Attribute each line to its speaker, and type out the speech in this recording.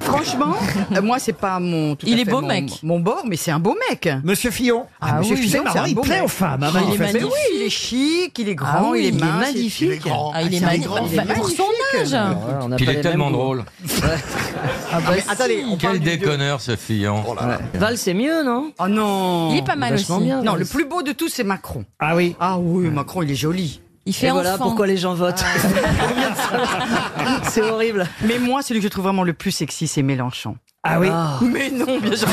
Speaker 1: franchement, euh, moi, c'est pas mon. tout à
Speaker 2: Il est
Speaker 1: fait
Speaker 2: beau
Speaker 1: mon-
Speaker 2: mec.
Speaker 1: Mon beau, mais c'est un beau mec.
Speaker 3: Monsieur Fillon.
Speaker 1: Ah
Speaker 3: Monsieur
Speaker 1: oui,
Speaker 3: Fillon,
Speaker 1: c'est
Speaker 3: marrant,
Speaker 1: un
Speaker 3: il
Speaker 1: beau
Speaker 3: plaît
Speaker 1: mec.
Speaker 3: aux femmes. hein,
Speaker 2: Ah, il est
Speaker 3: manifestement.
Speaker 1: Mais oui, il est chic, il est grand, il est mince.
Speaker 2: magnifique.
Speaker 4: Il est grand.
Speaker 2: Ah, il est
Speaker 1: Ah, c'est un
Speaker 2: magnifique.
Speaker 1: grand, il est
Speaker 2: Bah, Pour son
Speaker 1: magnifique.
Speaker 2: âge.
Speaker 5: Voilà, on a pas
Speaker 6: Puis il est
Speaker 5: les mêmes
Speaker 6: tellement
Speaker 5: goûts.
Speaker 6: drôle.
Speaker 5: Ah bah,
Speaker 1: Mais attendez, on parle
Speaker 6: Quel
Speaker 1: du vieux.
Speaker 6: déconneur ce Fillon.
Speaker 4: Oh là là.
Speaker 5: Val, c'est mieux, non
Speaker 1: Oh non.
Speaker 2: Il est pas mal aussi.
Speaker 5: Vachement bien.
Speaker 1: Non, le plus beau de tous, c'est Macron.
Speaker 3: Ah oui.
Speaker 1: Ah oui, Macron, il est joli.
Speaker 2: Il
Speaker 5: Et
Speaker 2: fait
Speaker 5: voilà
Speaker 2: enfant.
Speaker 5: pourquoi les gens votent. c'est horrible.
Speaker 1: Mais moi, celui que je trouve vraiment le plus sexy, c'est Mélenchon.
Speaker 3: Ah oui.
Speaker 1: Mais non, bien sûr.